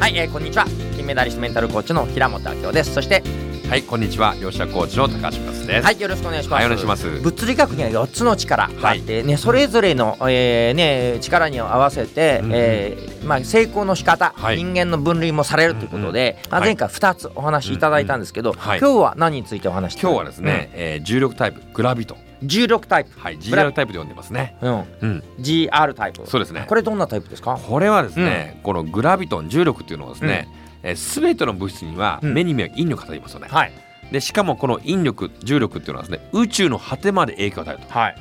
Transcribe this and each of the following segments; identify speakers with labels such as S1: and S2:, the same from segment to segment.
S1: はい、えーこんにちは金メダリストメンタルコーチの平本明夫ですそして
S2: はい、こんにちは。両者コーチの高橋です。、
S1: はいいよろしくお願いします
S2: はい、お願いします。
S1: 物理学には4つの力があって、ね、それぞれの、えーね、力に合わせて、
S2: うんうん
S1: えーまあ、成功の仕方、
S2: はい
S1: 人間の分類もされるということで、まあ
S2: はい
S1: 前回2つお話しいただいたんですけど、
S2: んはい
S1: 今日は何についてお話し
S2: 今日はですね、えー重力タイプグラビトン。
S1: 16タイプ、
S2: はい、GR タイプで呼んでますね。
S1: うん、
S2: うん、
S1: GR タイプ
S2: そうですね。
S1: これどんなタイプですか
S2: これはですね、このグラビトン重力っていうのはですね、えーすべての物質には
S1: うん
S2: 目に見える引力がありますよね。
S1: はい
S2: で、しかもこの引力重力っていうのはですね、宇宙の果てまで影響を与えると。
S1: はい、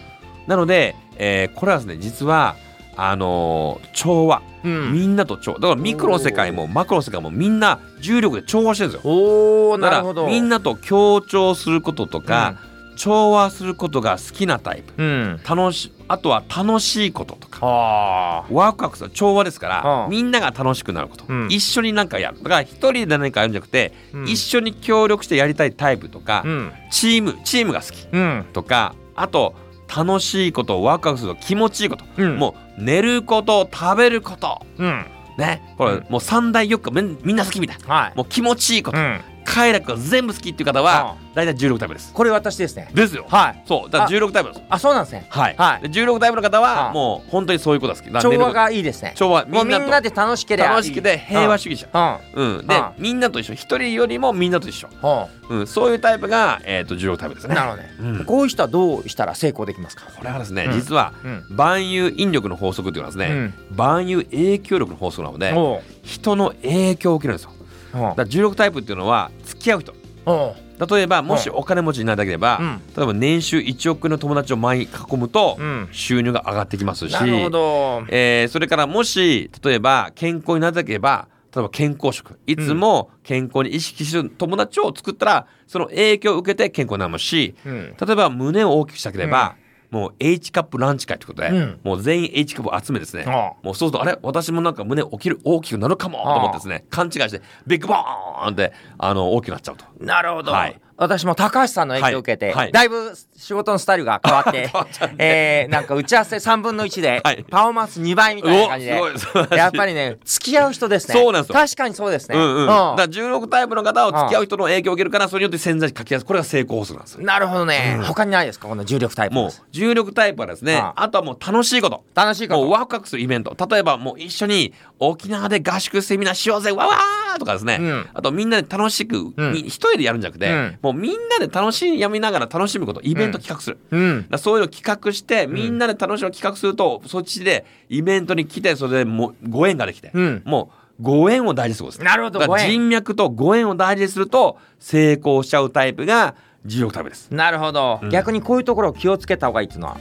S2: なので、えーこれはですね、実はあのー調和、
S1: うん、
S2: みんなと調和。だからミクロの世界もマクロの世界もみんな重力で調和してるんですよ。
S1: おお
S2: だ
S1: な
S2: か
S1: る
S2: ら
S1: ほど
S2: みんなと協調することとか、調和することが好きなタイプ
S1: うん
S2: 楽しあとは楽しいこととか
S1: はあ
S2: ワクワクする調和ですから、
S1: うん
S2: みんなが楽しくなること、
S1: うん
S2: 一緒になんかやるだから一人で何かやるんじゃなくて、一緒に協力してやりたいタイプとか、
S1: うん
S2: チームチームが好き
S1: うん
S2: とかあと楽しいことワクワクすること気持ちいいこと、
S1: うん
S2: もう寝ること食べること
S1: うん
S2: ねこれ、
S1: うん
S2: もう三大欲求みんみんな好きみたい
S1: はい
S2: もう気持ちいいこと、
S1: うん
S2: 快楽が全部好きっていう方は大体16タイプです
S1: これ私ですね
S2: ですよ
S1: はい
S2: そうだから16タイプです
S1: あそうなんですね
S2: はい、
S1: はい
S2: で16タイプの方
S1: は
S2: はいもう本当にそういうことが好きだから
S1: 調
S2: 寝るこ
S1: 和
S2: と
S1: がいいですね
S2: 調和み
S1: もうんみ
S2: なと
S1: んなで楽しければいい
S2: 楽しくて平和主義者
S1: うんうん
S2: うんで
S1: うん
S2: みんなと一緒一人よりもみんなと一緒、
S1: ほ
S2: うん、そういうタイプが、えー、と16タイプです
S1: う
S2: ね
S1: なるほどね
S2: うんこ
S1: こういう人はどうしたら成功できますか
S2: れはですね、
S1: うん
S2: 実は
S1: うん
S2: 万有引力の法則っていうのはですね、万有影響力の法則なので
S1: おう
S2: 人の影響を受けるんですよ
S1: おう
S2: だから16タイプっていうのは付き合う人
S1: おう
S2: 例えばもしお金持ちになりたければ、
S1: うん
S2: 例えば年収1億の友達を前に囲むと、
S1: うん
S2: 収入が上がってきますし
S1: なるほど
S2: えーそれからもし例えば健康になりたければ例えば健康食いつも健康に意識する友達を作ったらその影響を受けて健康になりますし
S1: うん
S2: 例えば胸を大きくしたければ、もう H カップランチ会ということで、
S1: うん
S2: もう全員 H カップを集めですね、
S1: ああ
S2: もうそうするとあれ私もなんか胸起きる大きくなるかもと思ってですね勘違いしてビッグボーンってあの大きくなっちゃうと。
S1: なるほど、
S2: はい
S1: 私も高橋さんの影響を受けて、
S2: はいはい
S1: だいぶ仕事のスタイルが変わ って、
S2: わっちゃって
S1: えーなんか打ち合わせ3分の1で、
S2: はい
S1: パフォーマンス2倍みたいな感じで
S2: うおすごい素晴らしい
S1: やっぱりね付き合う人ですね
S2: そうなんですよ
S1: 確かにそうですね、
S2: うんうん、
S1: う
S2: だから16タイプの方を付き合う人の影響を受けるからそれによって潜在意識書きやすいこれが成功法則なんですよ
S1: んなるほどね、他にないですかこの重力タイプ
S2: もう重力タイプはですね、
S1: あ
S2: あとはもう楽しいこと。
S1: 楽しいこと
S2: もうワクワクするイベント。例えばもう一緒に沖縄で合宿セミナーしようぜ、わわーとかですね。
S1: うん
S2: あとみんなで楽しく、
S1: うん
S2: み一人でやるんじゃなくて、
S1: うん
S2: もうみんなで楽しみながら楽しむこと、イベント企画する。
S1: うん
S2: だからそういうの企画して、みんなで楽しむ企画すると、そっちでイベントに来て、それでもうご縁ができて、
S1: うん
S2: もうご縁を大事にすることです。
S1: なるほど
S2: だから
S1: ご縁
S2: 人脈とご縁を大事にすると、成功しちゃうタイプが重力タイプです。
S1: なるほど、
S2: うん
S1: 逆にこういうところを気をつけた方がいいっていうのは、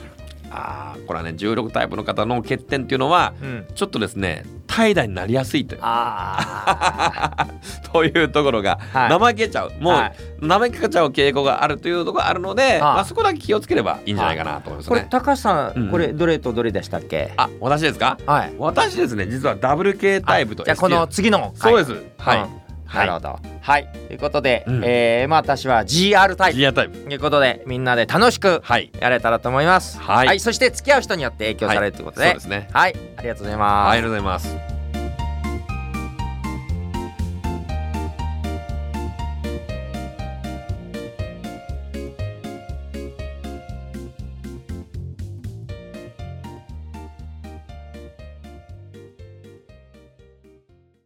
S2: あーこれはね16タイプの方の欠点っていうのは、
S1: うん
S2: ちょっとですね怠惰になりやすいという
S1: ああ
S2: というところが、
S1: はい
S2: 怠けちゃうもう、
S1: はい
S2: 怠けちゃう傾向があるというところがあるので、
S1: あ
S2: まあ、そこだけ気をつけれ ばいいんじゃないかなと思います
S1: これ
S2: ね。
S1: 高橋さん、
S2: うん
S1: これどれとどれでしたっけ
S2: あ私ですか
S1: はい
S2: 私ですね実はダブル系タイプと
S1: じゃあこの
S2: ST
S1: 次の
S2: そうですすはい、
S1: うん
S2: は
S1: ないるほど。はい。ということで、
S2: うん
S1: えーまあ私は GR タイプ
S2: ジアタイプ
S1: ということで、みんなで楽しく
S2: はい
S1: やれたらと思います。
S2: はい
S1: そして付き合う人によって影響されるということで。
S2: そうですね
S1: はい。ありがとうございます。
S2: はいありがとうございます